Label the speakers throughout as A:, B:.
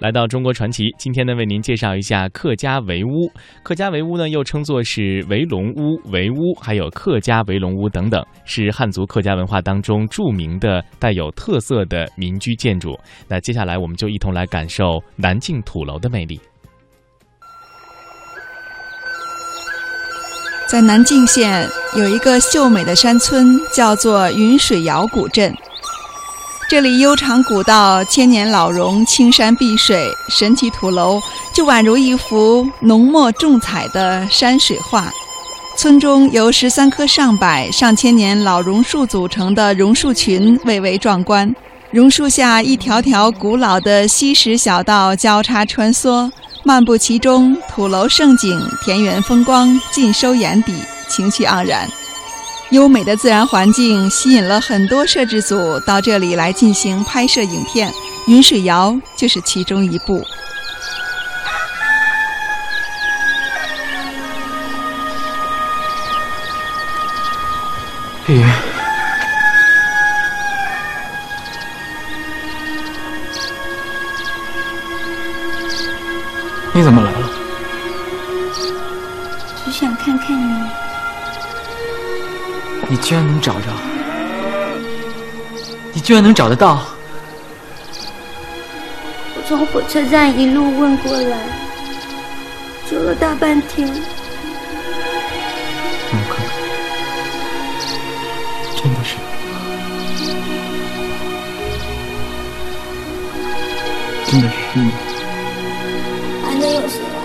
A: 来到中国传奇，今天呢为您介绍一下客家围屋。客家围屋呢又称作是围龙屋、围屋，还有客家围龙屋等等，是汉族客家文化当中著名的带有特色的民居建筑。那接下来我们就一同来感受南靖土楼的魅力。
B: 在南靖县有一个秀美的山村，叫做云水窑古镇。这里悠长古道、千年老榕、青山碧水、神奇土楼，就宛如一幅浓墨重彩的山水画。村中由十三棵上百、上千年老榕树组成的榕树群蔚为壮观，榕树下一条条古老的溪石小道交叉穿梭。漫步其中，土楼胜景、田园风光尽收眼底，情绪盎然。优美的自然环境吸引了很多摄制组到这里来进行拍摄影片，云水谣就是其中一部。
C: 嘿，你怎么来了？
D: 只想看看你。
C: 你居然能找着，你居然能找得到！
D: 我从火车站一路问过来，折了大半天，
C: 怎么可能？真的是你，真的是你。
D: 还能有谁啊？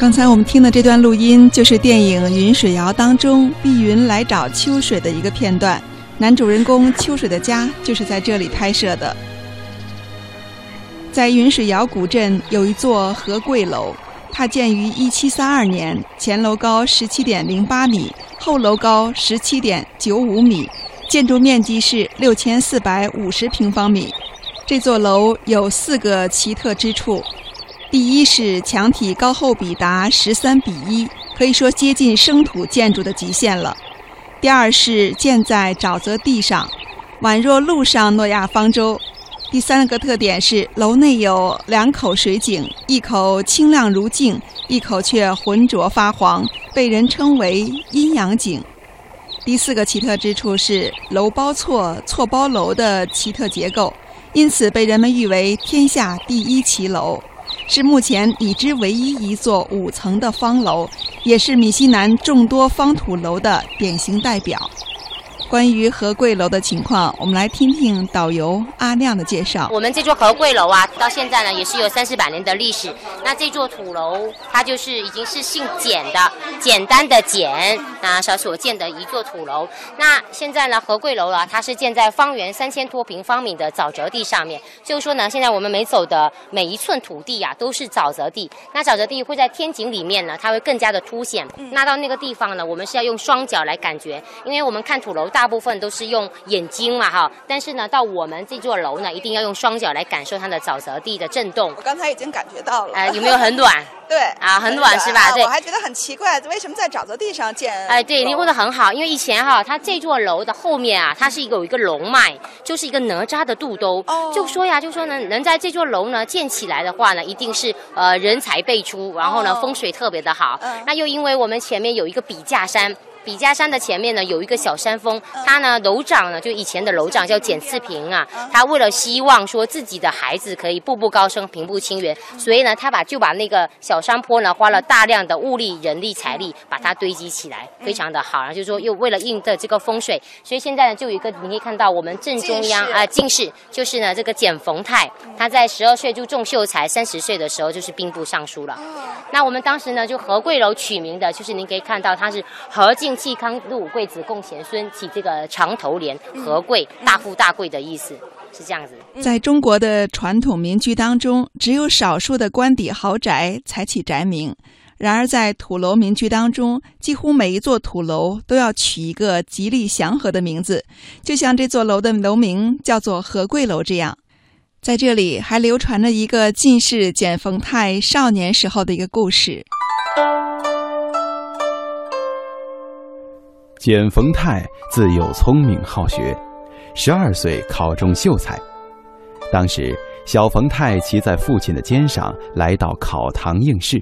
B: 刚才我们听的这段录音，就是电影《云水谣》当中碧云来找秋水的一个片段。男主人公秋水的家就是在这里拍摄的。在云水谣古镇有一座和贵楼，它建于一七三二年，前楼高十七点零八米，后楼高十七点九五米，建筑面积是六千四百五十平方米。这座楼有四个奇特之处，第一是墙体高厚比达十三比一，可以说接近生土建筑的极限了。第二是建在沼泽地上，宛若陆上诺亚方舟。第三个特点是楼内有两口水井，一口清亮如镜，一口却浑浊发黄，被人称为阴阳井。第四个奇特之处是楼包错错包楼的奇特结构，因此被人们誉为天下第一奇楼。是目前已知唯一一座五层的方楼，也是米西南众多方土楼的典型代表。关于和贵楼的情况，我们来听听导游阿亮的介绍。
E: 我们这座和贵楼啊，到现在呢也是有三四百年的历史。那这座土楼，它就是已经是姓简的，简单的简啊，小所建的一座土楼。那现在呢，和贵楼啊，它是建在方圆三千多平方米的沼泽地上面。就是说呢，现在我们每走的每一寸土地啊，都是沼泽地。那沼泽地会在天井里面呢，它会更加的凸显。
B: 嗯
E: 那到那个地方呢，我们是要用双脚来感觉，因为我们看土楼大部分都是用眼睛嘛哈，但是呢，到我们这座楼呢，一定要用双脚来感受它的沼泽地的震 动。
B: 我刚才已经感觉到了，
E: 哎、有没有很暖？
B: 对
E: 啊很暖是吧
B: 啊
E: 对
B: 我还觉得很奇怪，为什么在沼泽地上建？啊
E: 哎，对，你问的很好，因为以前哈、它这座楼的后面啊，它是一个有一个龙脉，就是一个哪吒的肚兜。
B: 哦
E: 就说呀，就说呢，能在这座楼呢建起来的话呢，一定是呃人才辈出，然后呢、
B: 哦
E: 风水特别的好。
B: 嗯
E: 那又因为我们前面有一个笔架山。笔架山的前面呢有一个小山峰，
B: 嗯
E: 它呢楼长呢就以前的楼长叫简次平啊，
B: 嗯
E: 他为了希望说自己的孩子可以步步高升、平步青云，
B: 嗯
E: 所以呢他把就把那个小山坡呢花了大量的物力、人力、财
B: 嗯
E: 力把它堆积起来，非常的好。然后就说又为了应对这个风水，所以现在呢就有一个你可以看到我们正中央
B: 进士嗯
E: 啊进士就是呢这个简冯泰，他在十二岁就中秀才，三十岁的时候就是兵部尚书
B: 嗯
E: 了。那我们当时呢，就和贵楼取名的，就是您可以看到它是和敬济康禄贵子贡贤孙，起这个长头联，和贵大富大贵的意思，是这样子。
B: 在中国的传统民居当中，只有少数的官邸豪宅才起宅名。然而，在土楼民居当中，几乎每一座土楼都要取一个吉利祥和的名字，就像这座楼的楼名叫做和贵楼这样。在这里还流传着一个进士简冯泰少年时候的一个故事。
F: 简冯泰自幼聪明好学，十二岁考中秀才。当时，小冯泰骑在父亲的肩上来到考堂应试。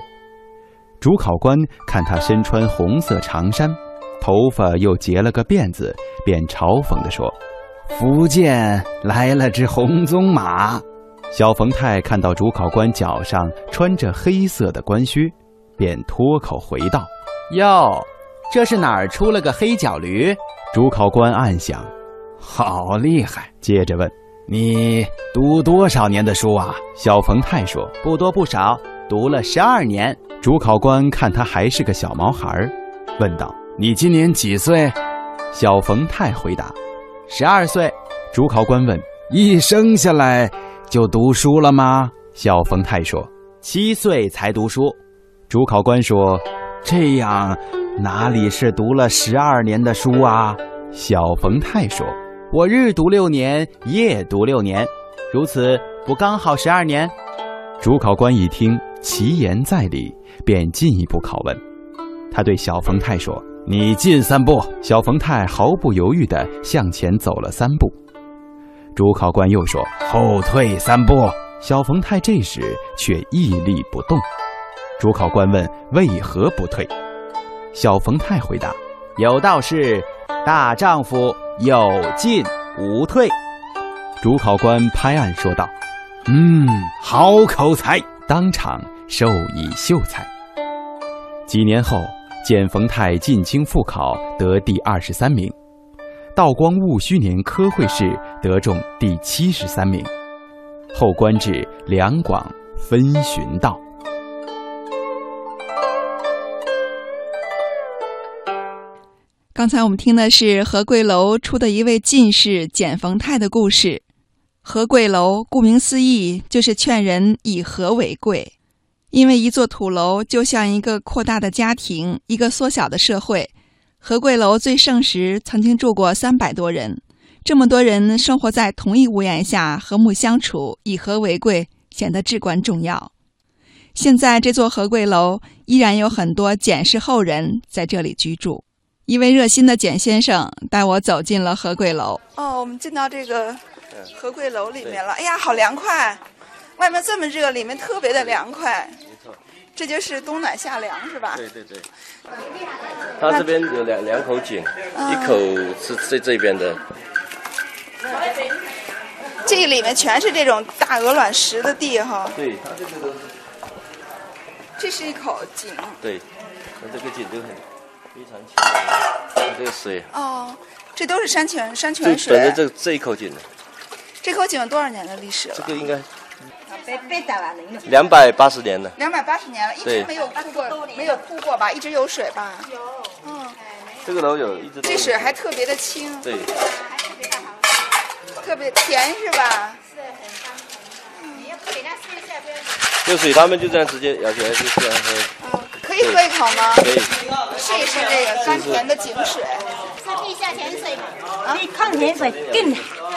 F: 主考官看他身穿红色长衫，头发又结了个辫子，便嘲讽地说：“福建来了只红鬃马。”小冯泰看到主考官脚上穿着黑色的官靴，便脱口回道：“
G: 哟，这是哪儿出了个黑脚驴？
F: 主考官暗想，
G: 好厉害！
F: 接着问
G: 你读多少年的书啊？”
F: 小冯泰说
G: 不多不少，读了十二年。：“
F: 主考官看他还是个小毛孩儿，问道
G: 你今年几岁？：‘
F: 小冯泰回答。
G: 十二岁。’”
F: 主考官问
G: 一生下来就读书了吗？
F: 小冯泰说
G: 七岁才读书，：‘
F: 主考官说，
G: 这样哪里是读了十二年的书啊？
F: 小冯泰说。’
G: 我日读六年，夜读六年，如此不刚好十二年？
F: 主考官一听，其言在理，便进一步拷问。他对小冯泰说
G: 你进三步。：“
F: 小冯泰毫不犹豫地向前走了三步。”主考官又说
G: 后退三步。：“
F: 小冯泰这时却屹立不动。”主考官问：“为何不退？”小冯泰回答
G: 有道是，大丈夫有进无退。：“
F: 主考官拍案说道，
G: 嗯，好口才。
F: 当场授以秀才。”几年后，简冯泰进京复考，得第二十三名；道光戊戌年科会试得中第七十三名，后官至两广分巡道。
B: 刚才我们听的是何桂楼出的一位进士简冯泰的故事。何桂楼，顾名思义，就是劝人以和为贵，因为一座土楼就像一个扩大的家庭，一个缩小的社会。何桂楼最盛时曾经住过三百多人，这么多人生活在同一屋檐下，和睦相处，以和为贵，显得至关重要。现在这座何桂楼依然有很多简氏后人在这里居住。一位热心的简先生带我走进了何桂楼。
H: 哦，我们进到这个和贵楼里面了。哎呀，好凉快！外面这么热，里面特别的凉快。没错，这就是冬暖夏凉是吧？
I: 对对对，它这边有两两口井，
H: 嗯
I: 一口是在这边的，
H: 这里面全是这种大鹅卵石的地哈。
I: 对，它这个都是
H: 这是一口井
I: 对，那这个井就很非常清，它这个水
H: 哦，这都是山泉山
I: 就
H: 泉水。
I: 本身这这一口井，
H: 这口井有多少年的历史
I: 这
H: 了？
I: 个应该两百八十年了，
H: 两百八十年了，一直
I: 对
H: 没有哭过，没有哭过吧？一直有水吧？
I: 这个楼有一直都
H: 这水还特别的清，
I: 对，
H: 特别甜是吧？
I: 这水他们就这样直接舀起来就这样喝，
H: 嗯，可以喝一口吗？
I: 可以。
H: 试一试这个甘甜的井水。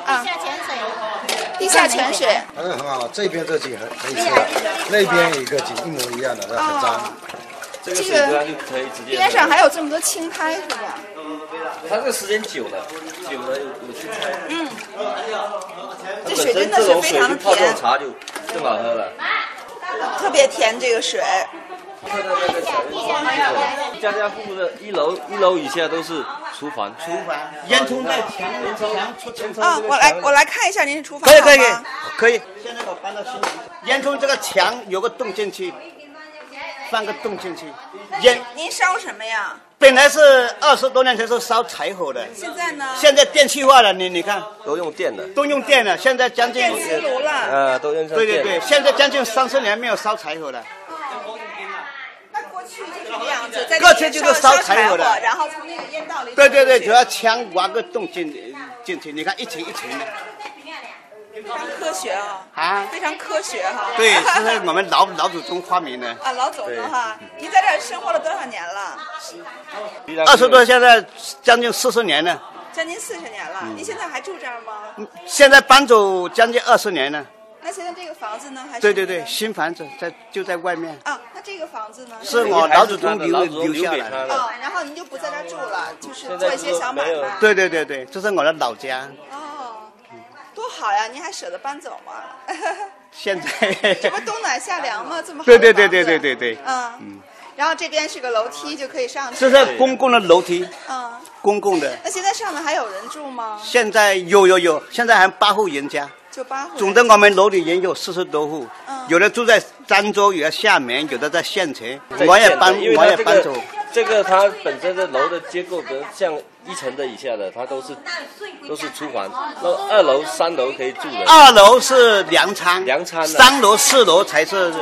H: 啊地下泉水嘛，
J: 反正很好，这边这几很很吃的，那边一个井一模一样的，那很脏。
I: 这个水这样就可以直接
H: 比
I: 喝。
H: 矿泉水更好。地下泉水边上还有这么多青苔是吧？
I: 它这个时间久了，久了有有去猜。
H: 这
I: 本
H: 水真
I: 身
H: 的
I: 这
H: 是
I: 种
H: 非
I: 水
H: 常
I: 就
H: 的
I: 泡这
H: 甜
I: 种，茶就更好喝了。
H: 特别甜这个水。
I: 家家户户的一楼一楼以下都是厨房，厨房烟囱在墙烟囱墙烟
H: 啊，我来我来看一下您的厨房
K: 可以
H: 好
K: 可以
H: 吗？
K: 可以。现在我搬到新城，烟囱这个墙有个洞进去，放个洞进去。烟
H: 您烧什么呀？
K: 本来是二十多年前是烧柴火的，
H: 现在
B: 啊
H: 呢？
K: 现在电气化了，你你看
I: 都用电的，
K: 都用电了，现在将近
H: 电磁炉了。
I: 啊，都用上
K: 对
I: 电
K: 对对，现在将近三十年没有烧柴火了。
H: 那过去就是这样子，在
K: 过去就是
H: 烧
K: 烧柴
H: 火
K: 火的
H: 然后从那个烟道里。
K: 对对对，主要墙挖个洞进进去，你看一层一层的
H: 非常科学啊，
K: 啊。
H: 非常科学哈。
K: 对， 这是我们老老祖宗发明的。
H: 啊，老总呢哈，您在这儿生活了多少年了？
I: 对
K: 二十多，现在将近四十年了，
H: 将近四十年了。
K: 嗯
H: 您现在还住这儿吗？
K: 现在搬走将近二十年了。
H: 那现在这个房子呢？还是
K: 对对对，新房子在就在外面，
H: 啊，那这个房子呢？
K: 是我老祖宗留留下
I: 给他
K: 来的。
I: 的。
H: 哦，然后您就不在这儿住了，就是
I: 现
H: 做
I: 在
H: 一些小买
I: 没有
H: 卖。
K: 对对对对，这是我的老家，
H: 哦，多多好呀！您还舍得搬走吗？
K: 现在
H: 这不冬暖夏凉吗？这么好
K: 对
H: 的
K: 对对
H: 房子
K: 对对对对，
H: 嗯，
K: 嗯，
H: 然后这边是个楼梯就可以上去。
K: 这是公共的楼梯，
H: 嗯，
K: 公共的。
H: 那现在上面还有人住吗？
K: 现在有有有，现在还八户人家，
H: 就八户人。
K: 总的我们楼里人有四十多户，
H: 嗯
K: 有的住在漳州，有的厦门，有的在县城。
I: 在
K: 我也
I: 建的
K: 搬，
I: 因为
K: 我
I: 它
K: 也
I: 这
K: 搬
I: 个
K: 走。
I: 这个它本身的楼的结构的，像一层的以下的，它都是都是厨房，那二楼、三楼可以住人，
K: 二楼是粮仓，粮
I: 仓啊呃的
K: 三楼、四楼才是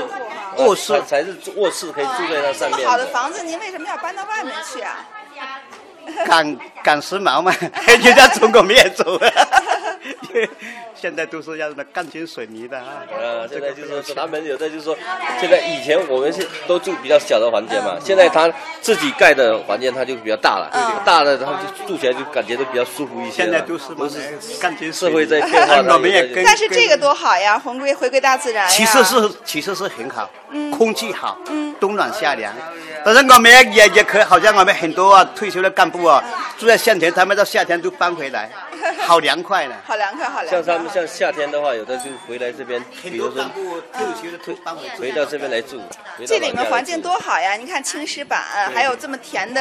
K: 卧室
I: 才，才是卧室可以住在那上
H: 这
I: 面
H: 么好的房子，您为什么要搬到外面去啊？
K: 赶赶时髦嘛， 人家从我们也 走了。啊现在都是要什么钢筋水泥的啊。
I: 呃，现在就是说他们有的就是说，现在以前我们是都住比较小的房间嘛，
H: 嗯
I: 现在他自己盖的房间他就比较大了，大了他就住起来就感觉都比较舒服一些了。
K: 现在都是
I: 都是
K: 钢筋
I: 社会在变化的，
K: 我们也跟
H: 但是这个多好呀，回归回归大自然呀。
K: 其实是其实是很好，
H: 嗯
K: 空气好，
H: 嗯
K: 冬暖夏凉。但是我们也也也可以，好像我们很多啊退休的干部啊，住在县城，他们到夏天都搬回来，好凉快呢。
H: 好凉快，好凉
I: 像
H: 快。
I: 他们像夏天的话，有的就回来这边，比如说
K: 退休的退搬回
I: 回到这边来住，回到
H: 这
I: 老家来住
H: 里面环境多好呀！你看青石板，
K: 对
H: 还有这么甜的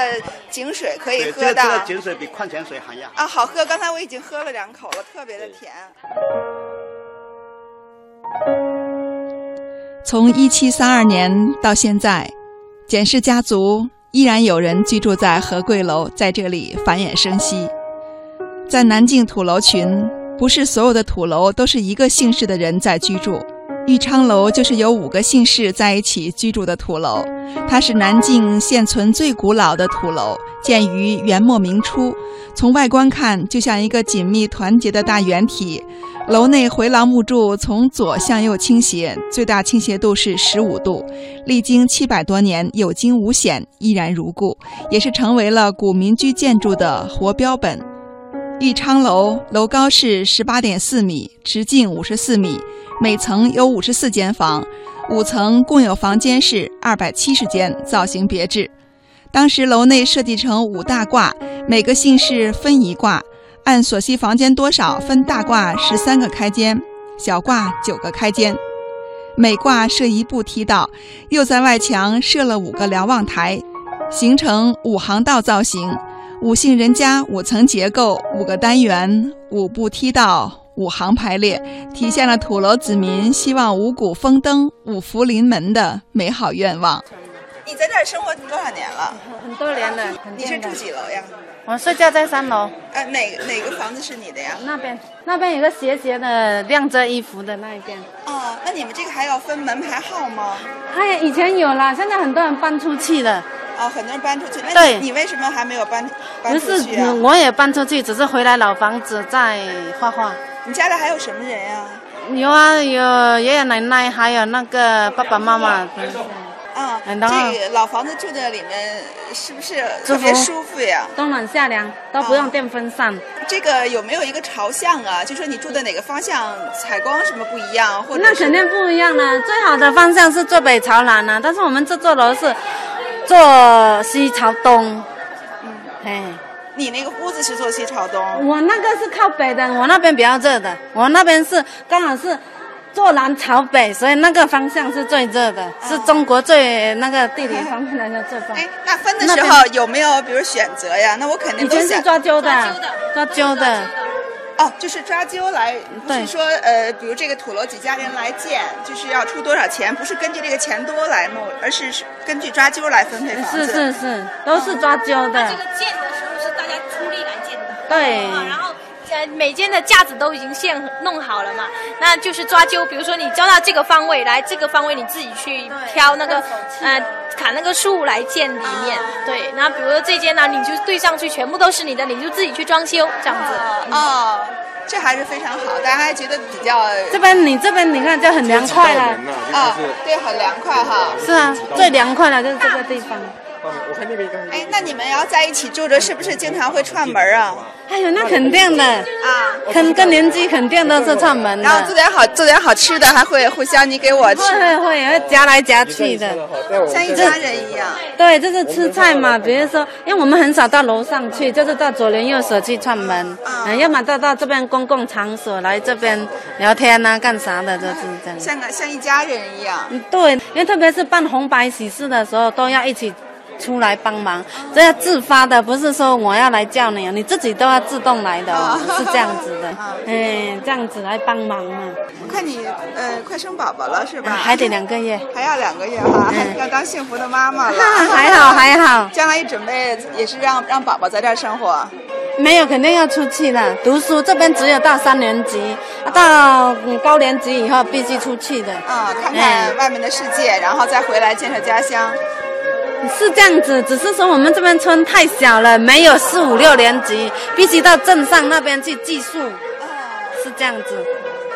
H: 井水可以
K: 对
H: 喝
K: 这个这
H: 的
K: 个井水比矿泉水还要好。
H: 啊，好喝！刚才我已经喝了两口了，特别的甜。
B: 从一七三二年到现在，简氏家族依然有人居住在和贵楼，在这里繁衍生息。在南靖土楼群，不是所有的土楼都是一个姓氏的人在居住。裕昌楼就是由五个姓氏在一起居住的土楼，它是南靖现存最古老的土楼，建于元末明初。从外观看，就像一个紧密团结的大圆体。楼内回廊木柱从左向右倾斜，最大倾斜度是十五度，历经七百多年，有惊无险，依然如故，也是成为了古民居建筑的活标本。裕昌楼楼高是十八点四米，直径五十四米，每层有五十四间房，五层共有房间是二百七十间，造型别致。当时楼内设计成五大挂，每个姓氏分一挂，按所需房间多少分大挂十三个开间，小挂九个开间。每挂设一步梯道，又在外墙设了五个瞭望台，形成五行道造型。五姓人家五层结构，五个单元，五步梯道，五行排列，体现了土楼子民希望五谷丰登、五福临门的美好愿望。
H: 你在这儿生活多少年了？很
L: 多年了肯
H: 你
L: 定的
H: 是住几楼呀？
L: 我睡觉在三楼，
H: 呃，哪哪个房子是你的呀？
L: 那边那边有个斜斜的晾着衣服的那一边。
H: 哦，那你们这个还要分门牌号吗？
L: 哎，以前有啦，现在很多人搬出去了。
H: 哦，很多人搬出去。那
L: 对
H: 你你为什么还没有搬搬
L: 不
H: 出
L: 是
H: 去啊？，
L: 我也搬出去，只是回来老房子在画画。
H: 你家里还有什么人呀？
L: 有啊，有爷爷奶奶，还有那个爸爸妈妈。
H: 啊，
L: 嗯当然
H: 这个老房子住在里面是不是
L: 舒
H: 特
L: 服
H: 别舒服呀？
L: 冬暖夏凉，都不用电风扇。
H: 这个有没有一个朝向啊？就说你住的哪个方向，采光什么不一样，或者
L: 那
H: 是
L: 肯定不一样了。最好的方向是坐北朝南啊，但是我们这座楼是坐西朝东。嗯，
H: 你那个屋子是坐西朝东，
L: 哎，我那个是靠北的，我那边比较热的，我那边是刚好是坐南朝北，所以那个方向是最热的，
M: 哦
L: 是中国最那个地理方面来的最棒。
H: 哎
M: 哎
H: 那分的
L: 那
H: 时
L: 边
H: 候有没有比如选择呀？那我肯定
L: 以
H: 都
L: 前是
H: 想
L: 抓阄的，抓阄的，
H: 哦，就是抓阄来，不是
L: 对
H: 说呃，比如这个土楼几家人来建，就是要出多少钱，不是根据这个钱多来弄，而是是根据抓阄来分配房
L: 是
H: 子。
L: 是是，都是抓阄的。
M: 建的时候是大家出力来建的，
L: 对
M: 啊然后呃每间的架子都已经现弄好了嘛，那就是抓阄，比如说你交到这个方位来，这个方位你自己去挑那个呃砍那个树来建里面，对，然后比如说这间呢，你就对上去全部都是你的，你就自己去装修这样子。
H: 哦，这还是非常好，大家还觉得比较哦
L: 这边你这边你看就很凉快了。
H: 啊，对，很凉快哈。
L: 是啊，最凉快的就是这个地方。
N: 我看那边应该
H: 哎，那你们要在一起住着，是不是经常会串门啊？
L: 哎呦，那肯定的啊，肯跟邻居肯定都是串门的。
H: 然后做点好做点好吃的，还会互相你给我吃，
L: 会会
H: 哦
L: 会夹来夹去的，
H: 像一家人一样。
L: 对，就是吃菜嘛。比如说，因为我们很少到楼上去，就是到左邻右舍去串门，
H: 啊
L: 嗯，要么到到这边公共场所来这边聊天呐、干啥的，就是这样。
H: 像个像一家人一样。
L: 嗯，对，因为特别是办红白喜事的时候，都要一起出来帮
H: 啊
L: 忙，这要自发的，不是说我要来叫你，你自己都要自动来的，哦
H: 啊
L: 是这样子 的，哎，这样子来帮忙嘛。
H: 我看你呃快生宝宝了是吧？
L: 还得两 个月，啊
H: 还要两个月哈，要当幸福的妈妈了。
L: 嗯 还好还好，
H: 将来准备也是让让宝宝在这儿生活。啊
L: 没有，肯定要出去了。读书这边只有到三年级，啊到嗯高年级以后必须出去的。哎
H: 啊，看
L: 嗯
H: 看外面的世界，然后再回来建设家乡。
L: 是这样子，只是说我们这边村太小了，没有四五六年级，必须到镇上那边去寄宿。是这样子，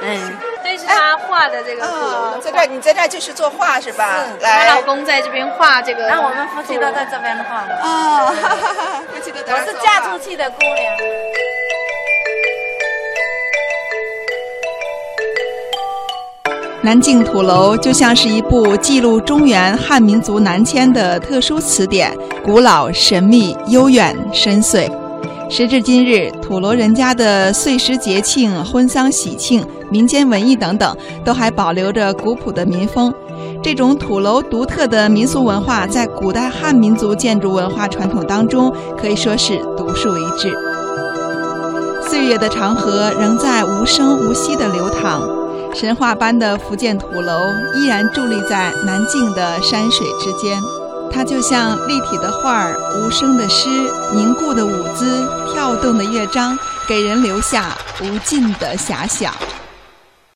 L: 嗯。
M: 这是他画的这个
B: 嗯
M: 土楼，
H: 啊在这儿你在这儿就是作画是吧？
M: 她
H: 来，
M: 老公在这边画这个，
L: 然后我们夫妻都在这边画。
H: 哦，夫妻都在这
L: 我
H: 儿
L: 是
H: 做
L: 嫁
H: 画
L: 出去的姑娘。
B: 南靖土楼就像是一部记录中原汉民族南迁的特殊词典，古老、神秘、悠远、深邃。时至今日，土楼人家的岁时节庆、婚丧喜庆、民间文艺等等，都还保留着古朴的民风。这种土楼独特的民俗文化，在古代汉民族建筑文化传统当中，可以说是独树一帜。岁月的长河仍在无声无息地流淌，神话般的福建土楼依然伫立在南靖的山水之间。它就像立体的画儿、无声的诗、凝固的舞姿、跳动的乐章，给人留下无尽的遐想。